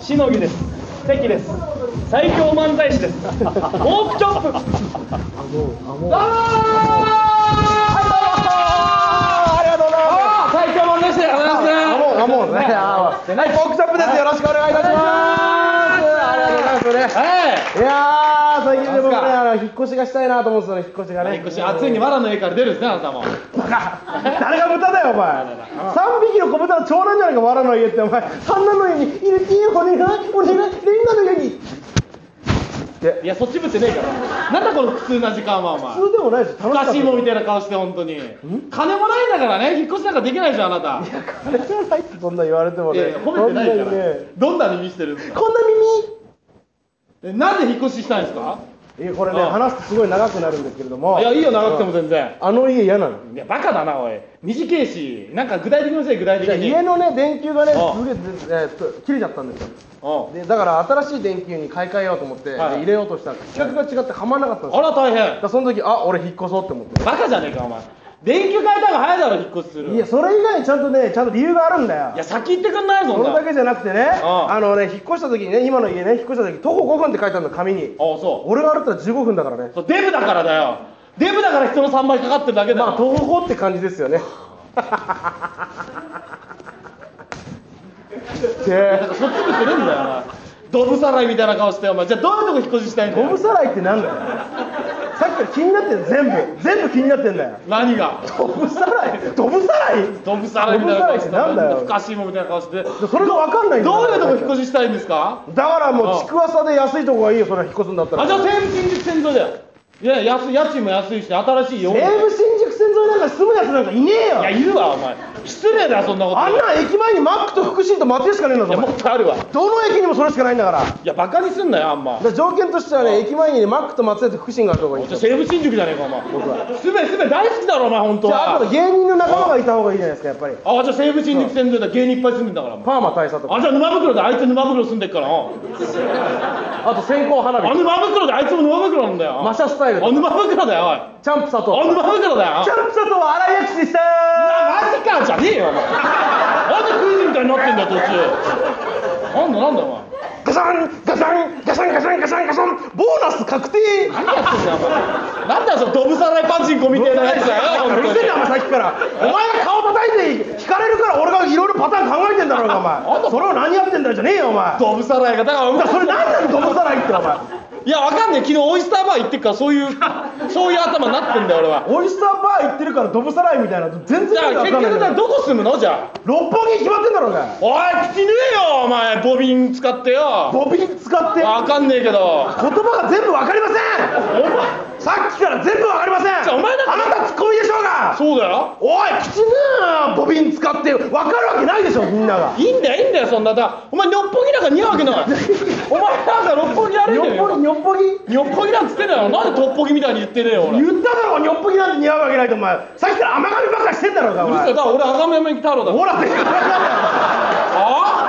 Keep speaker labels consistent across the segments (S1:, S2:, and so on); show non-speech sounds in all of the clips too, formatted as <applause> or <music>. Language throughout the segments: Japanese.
S1: しのぎです関です最強漫才師 <laughs> ですモークチョップどうもありがとうございます最強漫才師でございます
S2: あもうね。はい、フォークショップです。よろしくお願いいたします。ありがとうございます。
S1: はい
S2: いやー、最近でもね、
S1: なんすか
S2: あの引っ越しがしたいなと思ってたの、引っ越しがね。
S1: 引っ越しついにわらの家から出るんですねあなたも
S2: バカ誰が豚だよ、お前。3匹の子豚の長男じゃないか、わらの家って、お前。三男の家に、いるきお願い、お願い、レンガの家に。
S1: いやそっちぶってねえからなんだこの苦痛な時間はお前
S2: 普通でもないし、楽
S1: お
S2: しかった。
S1: かしいもんみたいな顔して本当に金もないんだからね引っ越しなんかできないじゃんあなた
S2: 金じゃないって、そんな言われても
S1: い
S2: ね。
S1: やいや褒めてないから
S2: そんにね
S1: どんな耳してるんですか
S2: こんな
S1: えなんで引っ越ししたんですか
S2: 耳。いや、これね、
S1: ああ
S2: 話すとすごい長くなるんですけれども。
S1: いやいいよ長くても全然
S2: あの家嫌なの。
S1: いやバカだなおい短いしなんか具体的にせい具体
S2: じゃあ
S1: 的に
S2: 家のね電球がね
S1: ああ
S2: すげええーっと切れちゃったんですよ
S1: うん
S2: でだから新しい電球に買い替えようと思って、
S1: はい
S2: 入れようとしたら企画が違ってはまらなかったんです
S1: あ
S2: よ
S1: ら大
S2: だ
S1: 変
S2: からその時あ俺引っ越そうって思って
S1: バカじゃねえかお前電球変えた方が早いだろ引っ越しする
S2: いやそれ以外にちゃんとねちゃんと理由があるんだよ
S1: いや先行ってくんないぞ
S2: そ
S1: ん
S2: れ
S1: な
S2: だけじゃなくてね
S1: ああ
S2: あのね引っ越した時にね今の家ね引っ越した時徒歩5分って書いてあるの紙に
S1: あそ
S2: 俺が歩ったら15分だからね
S1: うそうデブだからだよデブだから人の3倍かかってるだけだよ、
S2: まあ徒歩って感じですよ
S1: <laughs>
S2: ねで
S1: なんかそっちぶってねえんだよお前ドブさらいみたいな顔してお前じゃあどういうとこ引っ越ししたいんだ
S2: ゴ
S1: よ
S2: ムさらいってなんだよさっきから気になってんの全部全部気になってんだよ
S1: 何が
S2: ドブさらいドブさらい
S1: ドブさらいみたいな顔して
S2: ドブさらいってなんだよ
S1: おかしいもんみたいな顔して
S2: それが分かんないんだ
S1: どういうとこ引っ
S2: し
S1: 越ししたいんですか
S2: だからも
S1: あ
S2: うちくわさで安いとこがいいよそれは引っ越すんだったら
S1: あじゃあ先進実践所だよいや安い家賃も安いし新しいよ
S2: 西武新宿線沿いなんか住むやつなんかいねえ
S1: いや
S2: よ
S1: いるわお前失礼だよそんなこと
S2: あんなん駅前にマックと福神と松屋しかねえんだ
S1: い
S2: ぞ
S1: やも
S2: お前
S1: っとあるわ
S2: どの駅にもそれしかないんだからだか
S1: いやバカにすんなよあんま
S2: ら条件としてはね駅前にねマックと松屋と福神があるとこがいい
S1: じゃあ
S2: よ
S1: 西武新宿じゃねえかお前僕はすべすべ大好きだろお前本当
S2: じゃあ
S1: は
S2: あと芸人の仲間がいた方がいいじゃないですかやっぱり
S1: あじゃあ西武新宿線所だ芸人いっぱい住んでんだからお前
S2: パーマ大佐とか
S1: あじゃあ沼袋であいつ沼袋住んでっからうん
S2: あと線香花
S1: あ
S2: 火
S1: 沼袋であいつも沼袋なんだよ
S2: マシャスタイル
S1: あ
S2: とか
S1: 沼袋だよおいあ
S2: チャンプ佐藤
S1: 沼袋だよ
S2: チャンプ佐藤は荒井薬師でした
S1: あマジかじゃねえよお前なんでクイズみたいになってんだよ途中なんだなんだお前
S2: ガサンガサンガサンガサンガサンガサンボーナス確定
S1: 何やってんだよお前なんだよそのドブさらいパチンコみたいなやつだよ
S2: うるせえなお前さっきからお前が顔叩いて引かれるから俺がいろいろパターン考えてんだろうがお前それを何やってんだよじゃねえよお前
S1: ドブさらいがだからお前
S2: それ何なのどこさらいってお前
S1: いやわかんねえ昨日オイスターバー行ってっからそういう <laughs> そういう頭になってんだよ俺は
S2: オイスターバー行ってるからドブさらいみたいな全然
S1: じゃ
S2: 意
S1: あ
S2: 味
S1: 結
S2: わかんない
S1: 局
S2: んだけ
S1: だ
S2: ど
S1: どこ住むのじゃあ
S2: 六本木に決まってんだろうが
S1: おい口縫えよお前ボビン使ってよ
S2: ボビー使って言
S1: わかんねえけど
S2: 葉が全部わかりませ
S1: お
S2: ん
S1: 前
S2: さっきから全部わかりません
S1: ゃあお前だって
S2: あなたツッコミでしょうが
S1: そうだよ
S2: おい口ぬーボビン使って分かるわけないでしょみんなが
S1: いいんだよいいんだよそんなだお前六本木なんか似合うわけ <laughs> ないお前なんか六本木歩い
S2: にょ
S1: て
S2: っ
S1: る
S2: ぽぎ
S1: よ
S2: にょっぽぎ
S1: 六本木なんつってんだよなんでトッポギみたいに言ってねえよ俺うる
S2: 言っただろにょっぽぎなんて似合うわけないとお前さっきから甘噛みばっかりしてんだろうがお
S1: せえ
S2: 前
S1: だから俺赤目山太郎だ
S2: ほらって言うから
S1: あ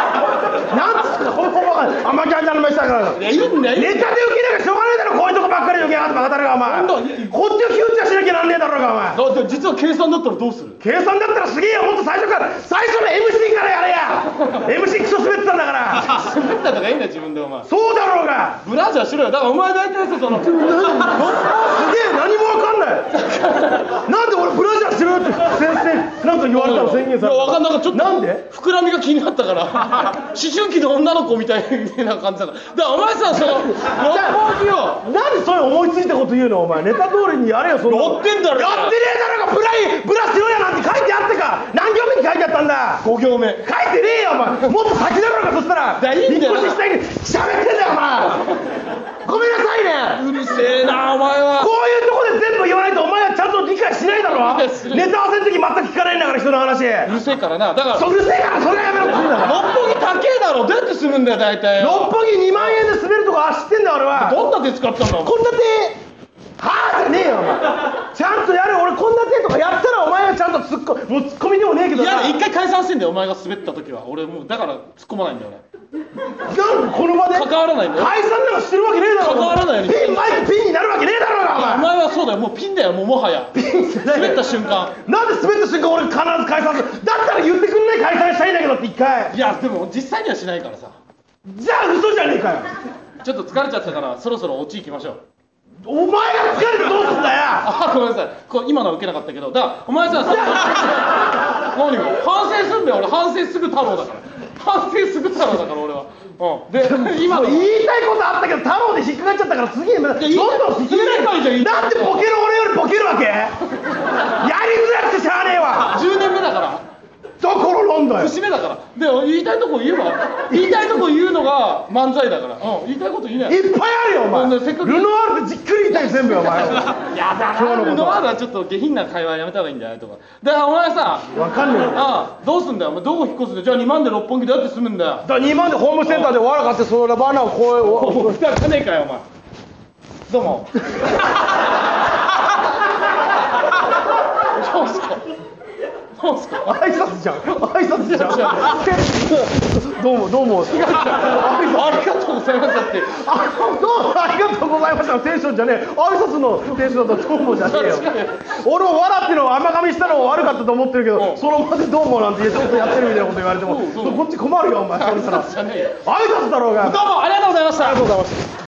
S2: なんつうかこの細かい甘キャン頼みしたから
S1: あいやいいんだよいいんだ
S2: ネ
S1: よ
S2: タで受けなきゃしょうがないだろこういうとこばっかり受けやがってバカたれがお前
S1: ん
S2: こ
S1: と
S2: っちをフューチャーしなきゃなんねえだろうがお前
S1: だって実は計算だったらどうする
S2: 計算だったらすげえよもっと最初から最初の MC からやれや MC クソ滑ってたんだから
S1: 滑ったとかいいんだよ自分でお前
S2: そうだろうが
S1: ブラジャーしろよだからお前大体さその
S2: すげえ何もわかんないなんで俺ブラジャーしてるよって先生なんか言われたの宣言さ
S1: いや
S2: れた
S1: わかんないなんかちょっと
S2: なんで
S1: 膨らみが気になったから思
S2: <laughs>
S1: 春期の女の子みたいな感じだからだからお前さその六本木を
S2: なんでそういう思いついたこと言うのお前ネタ通りにやれよそんなの
S1: やってんだろ
S2: やってねえだろうがブライブラしろやなんて書いてあってか何行目に書いてあったんだ
S1: 5行目
S2: 書いてねえよお前もっと先だろうがそしたら
S1: だいいんだよ
S2: 引っ越ししたいに喋ってんだよお前ごめんなさいね
S1: うるせえなお前は
S2: こういうとこで全部言わないとお前はちゃんと理解しないだろ
S1: 理解する
S2: ネタ合わせの時全く聞かないんだから人の話
S1: うるせえからなだから
S2: そううるせえからそれはやめろって言うんだから
S1: 六本木高えだろどうやって住むんだよ大体
S2: 六本木2万円で滑るとこあ知ってんだ俺は
S1: どんな手使ったんだお前
S2: こんな手はあじゃねえよお前ちゃんとやれ俺こんな手とかやったらお前はちゃんと突っ込もう突っ込みでもねえけど
S1: いや
S2: な
S1: 一回解散してんだよお前が滑った時は俺もうだから突っ込まないんだよ
S2: なんでこの場で
S1: 俺関わらないんだよ
S2: 解散なんかしてるわけねえだろ
S1: 関わらないように
S2: ピンマイクピンになるわけねえだろう
S1: お前
S2: が
S1: はそうだよもうピンだよもうもはや
S2: お前ピンじゃない
S1: 滑った瞬間
S2: なんで滑った瞬間俺必ず解散するだったら言ってくんない解散したいんだけどって一回
S1: いやでも実際にはしないからさ
S2: じゃあ嘘じゃねえかよ
S1: ちょっと疲れちゃったからそろそろオチ行きましょう
S2: お前が疲れてどうすんだよ
S1: あごめんなさいこう今のは受けなかったけどだからお前さその何が反省すんだよ俺反省すぐ太郎だから反省すぐ太郎だから俺はうんで今
S2: も
S1: の
S2: う言いたいことあったけど太郎で引っかかっちゃったから次へどんどん
S1: いや
S2: 引き
S1: 言いたいじゃん言いたい
S2: だってボケる俺よりボケるわけやりづらくてしゃあねえわ
S1: 10年目だから
S2: どころなんだよ
S1: 節目だからで言いたいとこ言えば言いたいとこ言うのが漫才だから、うん、言いたいこと言えない
S2: いっぱいあるよお
S1: ほん
S2: 前
S1: でせっかく
S2: ルノワールでじっくり言いたい全部よお前やだ今日のこと
S1: まだちょっと下品な会話やめた方がいいんじゃないとかだからお前さ
S2: わかんねえよ
S1: ああどうすんだよお前どこ引っ越すんだよじゃあ2万で六本木どうやって住むんだよ
S2: だ2万でホームセンターでわらかってそのバナーをこう
S1: お
S2: こ
S1: ふざかねえかよお前どうもどうすかどうす
S2: う
S1: か
S2: 挨拶じゃん挨拶じゃ
S1: 違う違
S2: んどうもどうも
S1: ありがとうございますだって
S2: あどうもありがとうございましたのテンションじゃねえ挨拶のテンションだとどうもじゃねえよ
S1: 確かに
S2: 俺も笑ってのを甘噛みしたの悪かったと思ってるけ
S1: う
S2: ど
S1: ん
S2: その場でどうもなんてちょっとやってるみたいなこと言われても
S1: そうそう
S2: こっち困るよお前それしたら
S1: じゃ
S2: 挨
S1: ねえよ
S2: 拶だろうが
S1: どうもありがとうございました
S2: ありがとうございました